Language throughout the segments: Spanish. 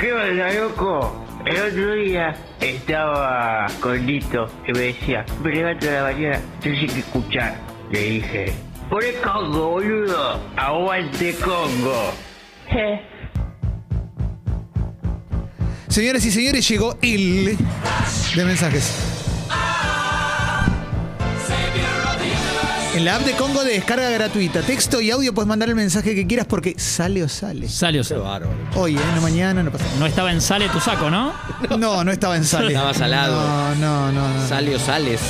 ¿Qué onda, loco? El otro día estaba con Lito y me decía, me levanto a la mañana, tienes que escuchar. Le dije, pone Congo, boludo, aguante Congo. Señores y señores, llegó el de mensajes. En la app de Congo de descarga gratuita, texto y audio puedes mandar el mensaje que quieras porque sale o sale. Sale o sea, bárbaro. Hoy, ¿eh? no mañana, no pasa. No estaba en sale tu saco, ¿no? nada. No, no estaba en sale. Estaba salado. No, no, no. no. Sale o sales.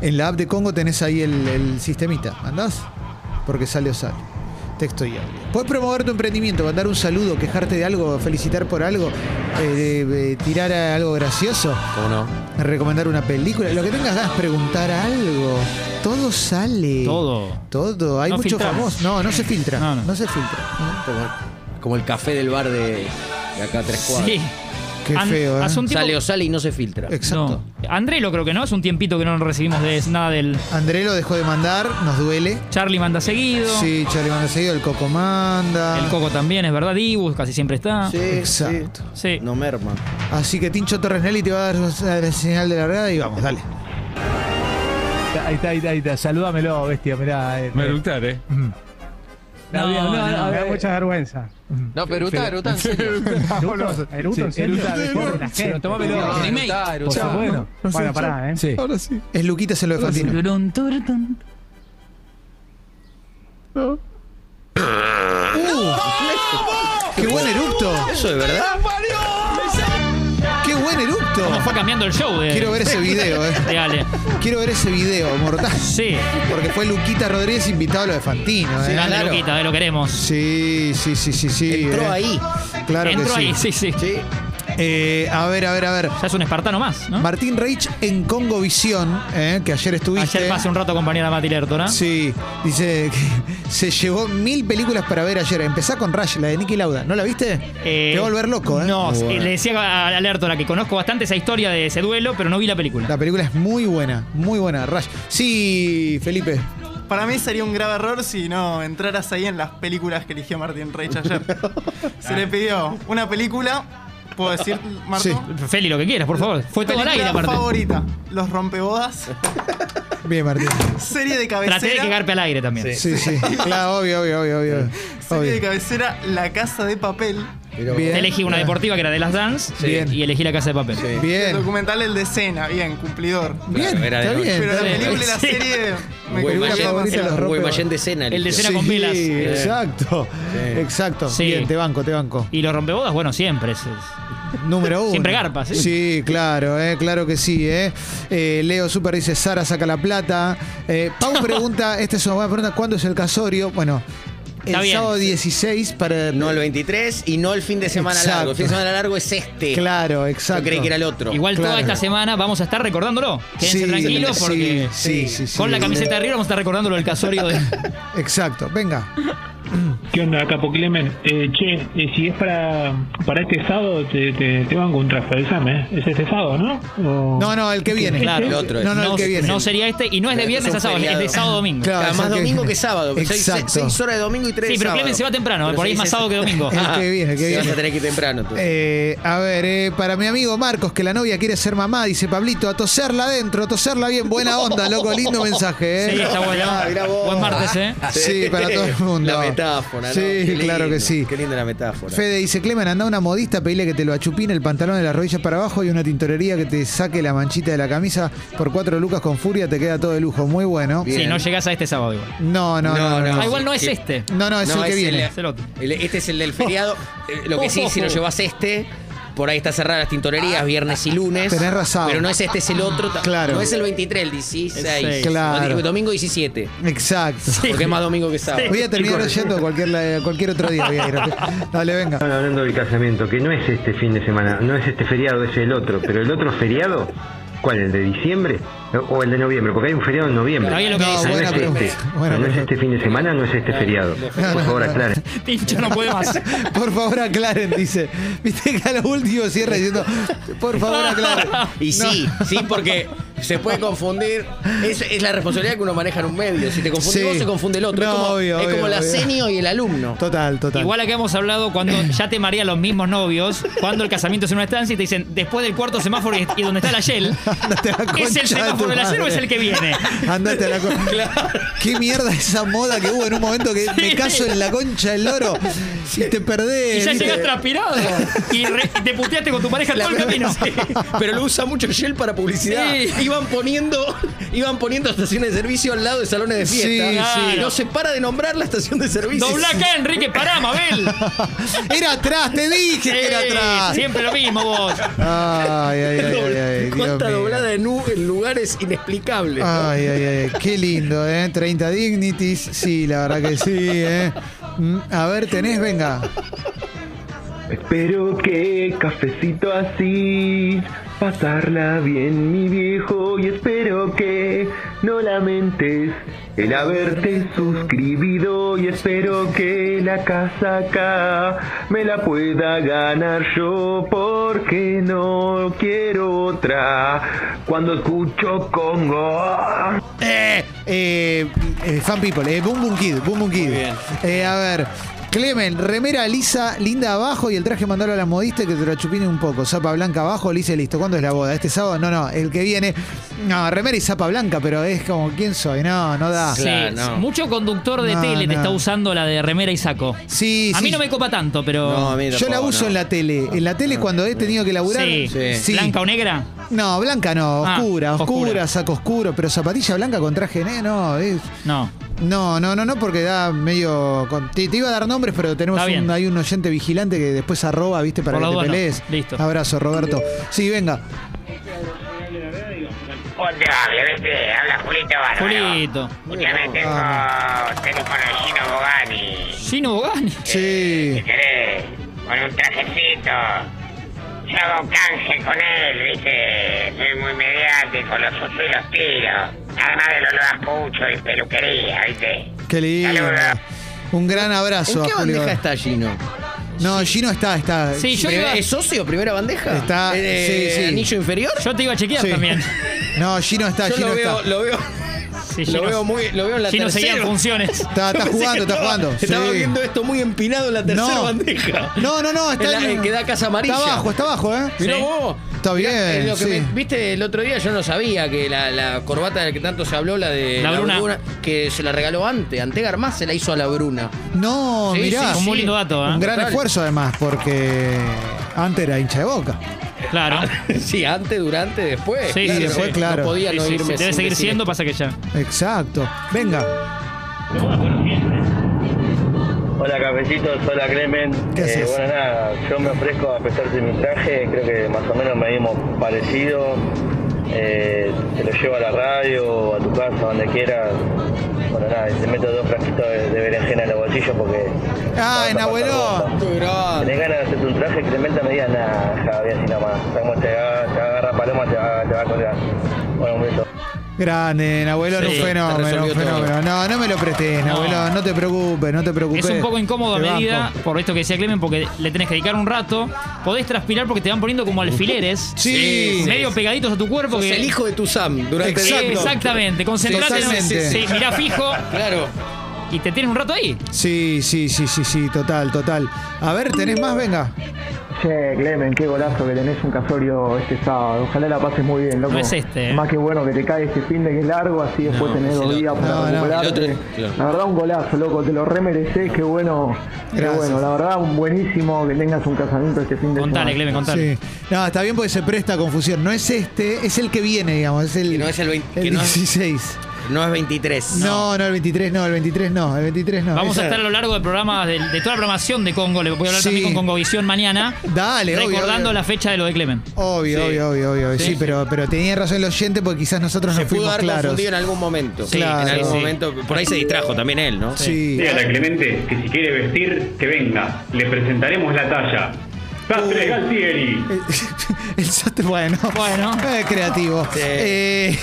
En la app de Congo tenés ahí el, el sistemita. ¿Andás? Porque sale o sale. Texto y audio. Puedes promover tu emprendimiento, mandar un saludo, quejarte de algo, felicitar por algo, eh, de- de tirar a algo gracioso, ¿Cómo no? recomendar una película. Lo que tengas ganas, preguntar algo. Todo sale. Todo. Todo. Hay No mucho filtramos. famoso. No, no se filtra. No, No, no. se filtra. Como, como el café del bar de, de acá a tres cuadros. Sí. Qué An- feo, ¿eh? hace un tiempo- Sale o sale y no se filtra. Exacto. No. André lo creo que no, hace un tiempito que no recibimos de nada del André lo dejó de mandar, nos duele. Charlie manda seguido. Sí, Charlie manda seguido, el Coco manda. El Coco también, es verdad, Dibus casi siempre está. Sí, ah, Exacto. Sí. No merma. Así que Tincho Torres Nelly te va a dar la señal de largada y vamos, dale. Ahí está, ahí está, ahí está. Salúdamelo, bestia, mirá. eh, eh. Merutar, ¿eh? No, No, no, no, no, eh, Me da mucha vergüenza. No, Peruta, Peruta, en serio. Eruto, eruto, en serio. Eruta, después, La pero gente. tomámelo. No, Remake. Por supuesto. Bueno, pará, ¿eh? Sí. Ahora sí. Es Luquita se lo de Fantino. Turun, turun, turun. ¡Qué buen eructo! Eso es verdad. ¡Qué buen eructo! ¿Cómo fue cambiando el show de, Quiero ver ese video, eh. de Ale? Quiero ver ese video, mortal. Sí, Porque fue Luquita Rodríguez invitado a lo de Fantino, eh. grande claro. Luquita, eh, lo queremos. Sí, sí, sí, sí, sí. Entró eh. ahí. Claro que Entró sí. ahí, sí, sí. Sí. Eh, a ver, a ver, a ver. Ya es un espartano más, ¿no? Martín Reich en Congo Visión, eh, que ayer estuviste. Ayer hace un rato compañera Mati Lertora. Sí, dice que se llevó mil películas para ver ayer. Empezá con Rush, la de Nicky Lauda. ¿No la viste? Eh, Te va a volver loco, ¿eh? No, Muy sí, buena. le decía a Lertora que conozco bastante esa historia de ese duelo, pero no vi la película. La película es muy buena, muy buena. Rush. Sí, Felipe. Para mí sería un grave error si no entraras ahí en las películas que eligió Martín Reich ayer. Se le pidió una película, puedo decir, Marto. Sí. Feli, lo que quieras, por favor. Fue todo al película aire, aparte. favorita, Los Rompebodas, Bien, Martín. serie de cabecera. Traté de que garpe al aire también. Sí, sí. Claro, obvio, obvio, obvio, obvio. Serie de Obvio. cabecera, La Casa de Papel, Pero- Bien. Elegí una deportiva que era de las dance Bien. y elegí la casa de papel. el Bien. documental El de Cena, bien, cumplidor. Bien, Claro, era de está noche. bien. Pero la está bien. película y la Sí. serie me Película Guaymallén- favorita de los el Rompebodas. Guaymallén de cena. El de eligió. cena con velas. Sí, Eh. exacto. Exacto. Sí. Bien, te banco, te banco. Y los rompebodas, bueno, siempre. es- es- Número uno. Siempre garpas, ¿eh? Sí, claro, eh, claro que sí. eh. Eh, Leo Super dice, Sara saca la plata. Eh, Pau pregunta, esta es una buena pregunta, ¿cuándo es el casorio? Bueno, el Está bien. sábado 16 para... No el 23 y no el fin de semana Exacto. largo. El fin de semana largo es este. Claro, exacto. Yo creí que era el otro. Igual Claro. toda esta semana vamos a estar recordándolo. Quédense Sí, tranquilos sí, porque sí, sí, sí. con la camiseta de arriba vamos a estar recordándolo el casorio de. Exacto, venga. ¿Qué onda, Capo Clemen? Eh, che, eh, si es para, para este sábado, te, te, te banco un trasfalsame, ¿eh? Es este sábado, ¿no? O- No, no, el que viene. Claro. El otro es. No, no, el que viene. no sería este y no es de Pero viernes es un a sábado, es de feriado. sábado a domingo. Claro, Cada es más el que domingo viene. que sábado. Seis, Exacto. seis- seis horas de domingo y tres Sí, de pero sábado. Clemen se va temprano, ¿eh? Pero por ahí seis- más sábado que domingo. El Ah, que viene, el que te viene. vas a tener que ir temprano tú. Eh, a ver, eh, para mi amigo Marcos, que la novia quiere ser mamá, dice Pablito, a toserla adentro, a toserla bien, buena onda, loco, lindo mensaje. ¿eh? Sí, está bueno. Ah, mirá vos. Buen martes, ¿eh? Sí, para todo el mundo. La metáfora, ¿no? Sí, Qué claro lindo, que sí. Qué linda la metáfora. Fede dice, Clemen, anda a una modista, pedile que te lo achupine el pantalón de las rodillas para abajo y una tintorería que te saque la manchita de la camisa por cuatro lucas con furia, te queda todo de lujo. Muy bueno. Bien. Si no llegás a este sábado igual. No, no, no. No, No, no. Ah, igual no es sí. este. no, no, es No, el que es el- viene. Es el otro. El- Este es el del feriado. Eh, Lo que sí, si lo llevas este, por ahí está cerrada las tintorerías, viernes y lunes. Tenés razón. Pero no es este, es el otro. ta- Claro. No es el 23, el El seis. 16. Claro. Domingo 17. Exacto. Porque es más domingo que sábado. Voy a terminar yendo cualquier, la- cualquier otro día. voy a ir. Dale, venga. Estaban hablando del casamiento, que no es este fin de semana, no es este feriado, es el otro, pero el otro feriado, ¿cuál? ¿El de diciembre? O el de noviembre, porque hay un feriado en noviembre. Está bien lo que no, dice. no es Buena este. pregunta, buena no es pregunta. este fin de semana, no es este feriado. Por favor, aclaren. Tincho no puede más. Por favor, aclaren, dice. Viste que a lo último cierra diciendo, por favor, aclaren. Y sí, sí, porque se puede confundir. Es, es la responsabilidad que uno maneja en un medio. Si te confunde Sí. vos, se confunde el otro. No, es como, obvio, es obvio, como la obvio. senio y el alumno. Total, total. Igual a que hemos hablado cuando ya te marean los mismos novios, cuando el casamiento es en una estancia y te dicen después del cuarto semáforo y y donde está la Shell, Andate a la ¿es concha el de tu semáforo de la Shell o es madre. el que viene? Andate a la concha. Qué mierda esa moda que hubo en un momento que me caso en la concha del loro y te Y perdés. ya ¿viste? llegas transpirado y re- te puteaste con tu pareja todo el camino. Pero lo usa mucho Shell para publicidad. Sí. Iban poniendo iban poniendo estaciones de servicio al lado de salones de fiesta. Sí, sí. No se para de nombrar la estación de servicio. Doblá acá, Enrique, pará, Mabel. Era atrás, te dije que era Eh, atrás. Siempre lo mismo vos. Ay, ay, ay, ay, ay. Dios Cuánta mío. doblada en, u- en lugares inexplicables. Ay, ay, ay, qué lindo, ¿eh? 30 Dignities, sí, la verdad que sí, ¿eh? Mm, A ver, tenés, venga. Espero que cafecito así, pasarla bien mi viejo y espero que no lamentes el haberte suscribido y espero que la casaca me la pueda ganar yo porque no quiero otra cuando escucho Congo. Eh, eh, eh, fan people, eh, Boom Boom Kid, Boom Boom Kid. Eh, a ver, Clemen, remera lisa, linda abajo y el traje mandalo a la modista y que te lo chupine un poco. Zapa blanca abajo, lisa y listo. ¿Cuándo es la boda? ¿Este sábado? No, no, el que viene. No, remera y zapa blanca, pero es como, ¿quién soy? No, no da. Sí, Claro, no. Mucho conductor de No, tele te no. está usando la de remera y saco. Sí, a sí. mí no me copa tanto, pero. Yo la uso en la tele. En la tele cuando he tenido que laburar. Sí. ¿Blanca o negra? No, blanca no, Ah, oscura, oscura, oscura. saco oscuro, pero zapatilla blanca con traje ne- no, es- No. no, no, no, no, porque da medio. con- te, te iba a dar nombres, pero tenemos Está bien. un, hay un oyente vigilante que después arroba, viste, para Por que las te dudas no. pelees. Listo. Abrazo, Roberto. Sí, venga. Hola, Clemente, habla Julito Bárbaro. Julito. Últimamente con, tengo con el Gino Bogani. Gino Bogani. Sí. Si querés, con un trajecito. Yo hago canje con él, viste. Soy muy mediático, los uso y los tiro. Además de los pucho y peluquería, viste. Qué lindo. Saluda. Un gran ¿En abrazo qué a Julio. bandeja está Gino? No, Gino está, está. Sí, yo, iba- ¿Es socio, primera bandeja? Está- Eh, sí, sí. ¿Anillo inferior? yo te iba a chequear Sí. también. No, Gino está, Yo Gino lo veo, está. lo veo, Sí, lo Gino- veo muy, lo veo en la Gino seguía tercera. en funciones. Está, está jugando, está jugando. Estaba Sí. viendo esto muy empinado en la tercera No. bandeja. No, no, no, está En la- en- en que da Casa Amarilla. Está abajo, está abajo, ¿eh? Mirá Sí. vos. Está Mirá, bien, eh, lo que sí. me- Viste, el otro día yo no sabía que la, la corbata de la que tanto se habló, la de La Bruna. que se la regaló antes. Antegar más se la hizo a la Bruna. No, Sí, mirá. sí, Un muy lindo dato, ¿eh? Un gran Total. esfuerzo además, porque antes era hincha de boca. Claro. sí, antes, durante, después. Sí, sí, después, claro. No podía Sí, no sí, irme sí. Debe sin seguir decir siendo, pasa que ya. Exacto. Venga. Hola cafecitos, hola Clemen. Eh, ¿Qué haces? bueno, nada, yo me ofrezco a pesar de mi traje, creo que más o menos me dimos parecido. Eh, te lo llevo a la radio, a tu casa, donde quieras. Bueno, nada, y te meto dos frasquitos de, de berenjena en el bolsillo porque... Ah, en abuelo. esto. Muy grande. ¿Tenés ganas de hacerte un traje, Clementa? Me digas, nada, Javier, así nomás. Como te, aga- te agarra paloma, te va, te va a colgar. Bueno, un beso. Grande, eh, abuelo, Sí, un te fenómeno, un resolvió todo. fenómeno. No, no me lo prestes, abuelo, no te preocupes, no te preocupes. Es un poco incómodo a Te medida, este banco. por esto que decía Clemen, porque le tenés que dedicar un rato. Podés transpirar porque te van poniendo como alfileres. Sí. Medio pegaditos a tu cuerpo. Sos que- el hijo de tu Sam durante Sí, Exacto. Exactamente. Concentrate. en- Totalmente. Sí, mirá fijo Claro. y te tienes un rato ahí. Sí, sí, sí, sí, sí, total, total. A ver, ¿tenés más? Venga. Che, Clemen, qué golazo que tenés un casorio este sábado. Ojalá la pases muy bien, loco. No es este, eh. Más que bueno que te cae este fin de que es largo, así después tenés dos días para No, no, recuperarte. el otro, claro. La verdad, un golazo, loco. Te lo remereces, qué bueno. Qué Gracias. bueno, la verdad, un buenísimo que tengas un casamiento este fin de semana. Contale, Clemen, contale. Sí. No, está bien porque se presta a confusión. No es este, es el que viene, digamos. Es el, Que no es el 20 que no es- 16. No es 23. No. no, el 23 no, el 23 no, el 23 no. Vamos Es- a estar a lo largo del programa, de, de toda la programación de Congo. Le voy a hablar Sí. también con Congovisión mañana. Dale, obvio, Recordando obvio. la fecha de lo de Clemen. Obvio, Sí. obvio, obvio, obvio. Sí, Sí, sí. pero, pero tenía razón el oyente porque quizás nosotros Se no pudo fuimos haber claros. confundido en algún momento. Sí, Claro. En algún Sí. momento. Por ahí se distrajo también él, ¿no? Sí. Dígale a Clemente que si quiere vestir, que venga. Le presentaremos la talla. Eh, Sastre Galtieri. El, el sastre, bueno, Bueno. Eh, creativo. Eh,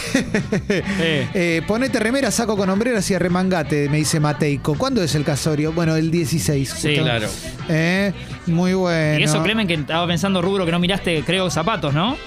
eh, ponete remera, saco con hombreras y arremangate, me dice Mateico. ¿Cuándo es el casorio? Bueno, el 16. Sí, claro. Eh, muy bueno. Y eso, Clemen, que estaba pensando, Rubro, que no miraste, creo, zapatos, ¿no?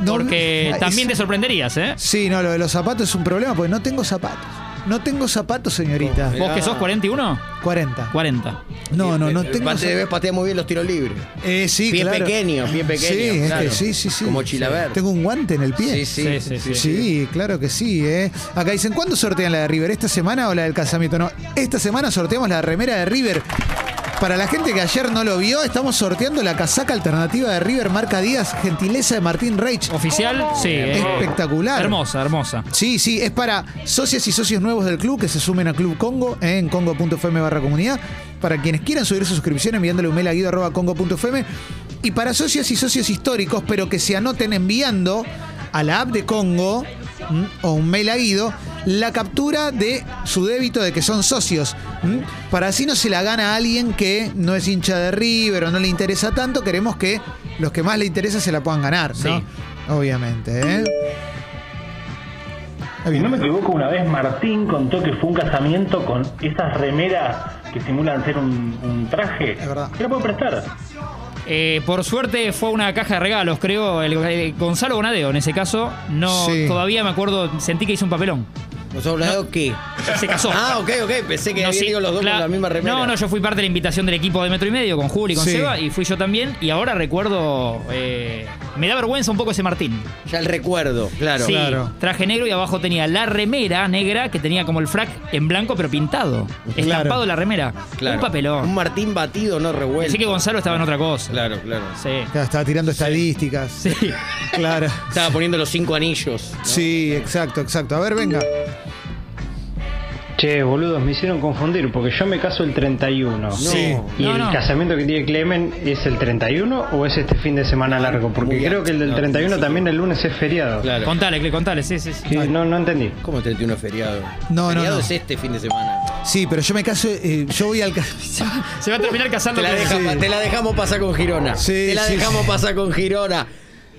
No, Porque ah, también te eso- sorprenderías, ¿eh? Sí, no, lo de los zapatos es un problema porque no tengo zapatos. No tengo zapatos, señorita. Oh, ¿Vos que sos 41? 40. 40. No, no, no tengo El Pate zapatos. Debes patea muy bien los tiros libres. Eh, sí, Pie claro. pequeño, pie pequeño, Sí, es claro. que sí, sí, sí. Como Chilaver. Tengo un guante en el pie. Sí, sí. Sí, Sí, sí, sí. claro que sí, ¿eh? Acá dicen, ¿cuándo sortean la de River? ¿Esta semana o la del casamiento? No, esta semana sorteamos la remera de River. Para la gente que ayer no lo vio, estamos sorteando la casaca alternativa de River Marca Díaz, gentileza de Martín Reich. Oh, ¿Oficial? Oh. Sí. eh. Espectacular. Hermosa, hermosa. Sí, sí, es para socias y socios nuevos del club que se sumen a Club Congo eh, en congo.fm barra comunidad. Para quienes quieran subir sus suscripciones enviándole un mail a guido arroba congo.fm. Y para socias y socios históricos, pero que se anoten enviando a la app de Congo ¿m? o un mail a Guido la captura de su débito de que son socios. ¿m? Para así no se la gana a alguien que no es hincha de River o no le interesa tanto. Queremos que los que más le interesa se la puedan ganar, ¿no? Sí. Obviamente, ¿eh? Si no me equivoco, una vez Martín contó que fue un casamiento con esas remeras que simulan ser un, un traje. Es verdad. ¿Qué lo puedo prestar? Eh, por suerte fue una caja de regalos, creo. El, el Gonzalo Bonadeo, en ese caso, no Sí. todavía me acuerdo, sentí que hizo un papelón. ¿Los hablados qué? Se casó. Ah, ok, ok. Pensé que No, habían sí, ido los dos cla- con la misma remera. No, no, yo fui parte de la invitación del equipo de Metro y Medio con Juli y con Sí. Seba y fui yo también. Y ahora recuerdo. eh, me da vergüenza un poco ese Martín. Ya el recuerdo, claro. sí, claro. traje negro y abajo tenía la remera negra que tenía como el frac en blanco pero pintado. Estampado la remera. claro. Un papelón. Un Martín batido, no revuelto. Así que Gonzalo estaba en otra cosa. Claro, claro. Sí. Claro, estaba tirando estadísticas. Sí. Claro. Estaba poniendo los cinco anillos. Sí, exacto, exacto. A ver, venga. Che, boludos, me hicieron confundir porque yo me caso el 31. Sí. ¿Y No, el no. casamiento que tiene Clemen es el 31 o es este fin de semana largo? Porque Muy creo bien. que el del No, 31 sí. también el lunes es feriado. Claro. Contale, Cle, contale. Sí, sí, sí. Sí, no, no entendí. ¿Cómo el 31 es feriado? No, no, Feriado no. es este fin de semana. Sí, pero yo me caso. eh, yo voy al. ca- Se va a terminar casando Te la, con- deja- Sí. te la dejamos pasar con Girona. Sí, te la sí, dejamos sí. pasar con Girona.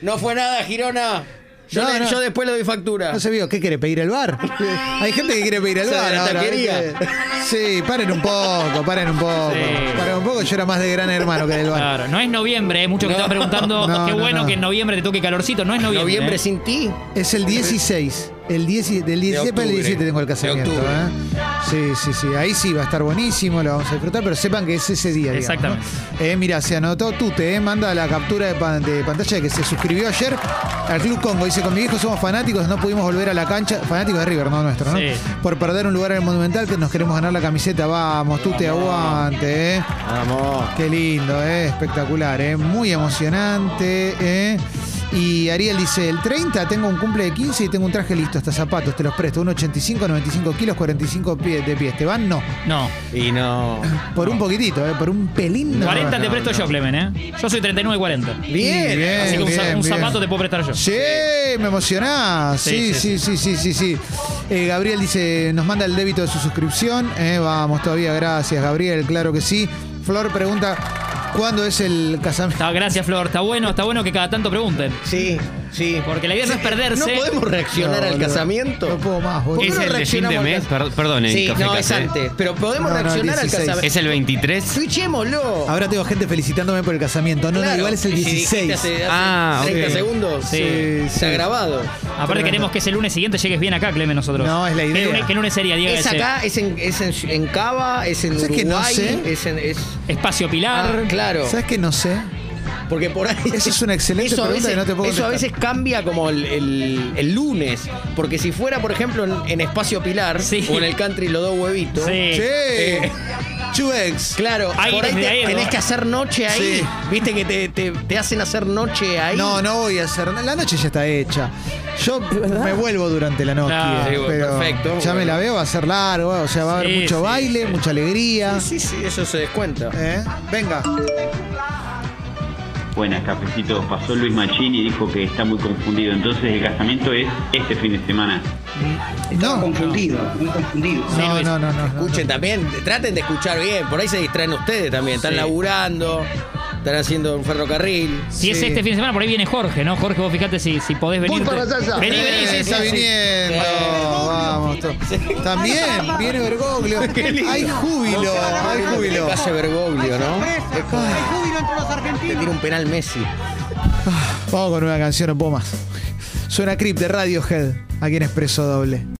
No fue nada, Girona. Yo, No, le- no. yo después le doy factura. No se vio. ¿Qué quiere? ¿Pedir el bar? Hay gente que quiere pedir el O sea, bar. de la ahora, taquería. ¿viste? Sí, paren un poco, paren un poco. Sí. Paren un poco, yo era más de gran hermano que del bar. Claro, no es noviembre, eh. muchos que están preguntando, No, qué no, bueno no. que en noviembre te toque calorcito, no es noviembre. Noviembre eh. sin ti. Es el 16. El 10, del 16 para el octubre. 17 tengo el De casamiento. octubre. ¿eh? Sí, sí, sí. Ahí sí va a estar buenísimo, lo vamos a disfrutar, pero sepan que es ese día. digamos, Exactamente. ¿no? Eh, mira, se anotó Tute, eh, manda la captura de, pan- de pantalla de que se suscribió ayer al Club Congo. Dice, con mi hijo somos fanáticos, no pudimos volver a la cancha. Fanáticos de River, no nuestro, ¿no? Sí. Por perder un lugar en el Monumental, que nos queremos ganar la camiseta. Vamos, Tute, aguante, ¿eh? Vamos. Qué lindo, ¿eh? espectacular, ¿eh? muy emocionante. ¿eh? Y Ariel dice, el 30 tengo un cumple de 15 y tengo un traje listo, hasta zapatos, te los presto, un 85, 95 kilos, 45 pie- de pies. ¿Te van? No, No, Y no. por un poquitito, ¿eh? por un pelín. no 40 te van. presto yo, Clemen, ¿eh? Yo soy 39 y 40. Bien. Bien, Así que un, za- bien, un bien. zapato te puedo prestar yo. Sí, me emocionás. Sí, Sí, sí, sí, sí, sí, sí. Eh, Gabriel dice, nos manda el débito de su suscripción. Eh, vamos, todavía gracias, Gabriel, claro que sí. Flor pregunta, ¿cuándo es el casamiento? Está- gracias, Flor. Está bueno, está bueno que cada tanto pregunten. Sí, sí. Porque la idea no es No perderse. podemos reaccionar No, al boludo. casamiento. No puedo más, boludo. ¿Por qué ¿Es no el de fin reaccionamos de al mes? cas- Per- perdón, eh, Sí, Café no, es Café. antes. Pero No, podemos no, reaccionar al 16. casamiento. ¿Es el 23? Switchémoslo. Ahora tengo gente felicitándome por el casamiento. Ah, No, no, Claro. igual es el Y si dijiste 16. hace- hace Ah, ok. 30 segundos. Sí, Se ha grabado. Aparte, queremos que ese lunes siguiente llegues bien acá, Clemen, nosotros. No, es la ¿Qué idea. lunes- ¿Qué lunes sería, Diego? Es acá, es en, es en, en Cava, es en ¿Sabes que no Uruguay, sé? es en. Es, Espacio Pilar. Ah, claro. ¿Sabes qué? No sé. Porque por ahí. Esa es una excelente a pregunta veces- que no te puedo Eso a contestar. veces cambia como el, el- el lunes. Porque si fuera, por ejemplo, en, en Espacio Pilar Sí. o en el country los dos huevitos. Sí. Sí. Eh. Chuex. Claro, Ahí por ahí desde te- ahí, ¿no? tenés que hacer noche ahí. Sí. Viste que te, te- te hacen hacer noche ahí. No, no voy a hacer. La noche ya está hecha. Yo me vuelvo durante la noche. Claro, sí, bueno, pero perfecto, Ya me bueno. la veo, va a ser largo. O sea, va a haber Sí, mucho sí, baile, mucha alegría. Sí, sí, eso se descuenta. ¿Eh? Venga. Buenas, cafecitos. Pasó Luis Machín y dijo que está muy confundido. Entonces el casamiento es este fin de semana. No. Confundido, muy confundido. Sí, No, Luis. no, no, no, no. Escuchen también, traten de escuchar bien, por ahí se distraen ustedes también, están Sí. laburando. Están haciendo un ferrocarril. Si es este fin de semana, por ahí viene Jorge, ¿no? Jorge, vos fijate si, si podés venir. para allá. Vení, Eh, vení, sí, está sí, sí. viniendo. Vamos, to- También viene Bergoglio. Hay júbilo, hay júbilo. Pase Bergoglio, ¿no? Hay júbilo entre los Te argentinos. tira un penal Messi. Vamos con una canción, no puedo más. Suena Crip de Radiohead, aquí en Expreso Doble.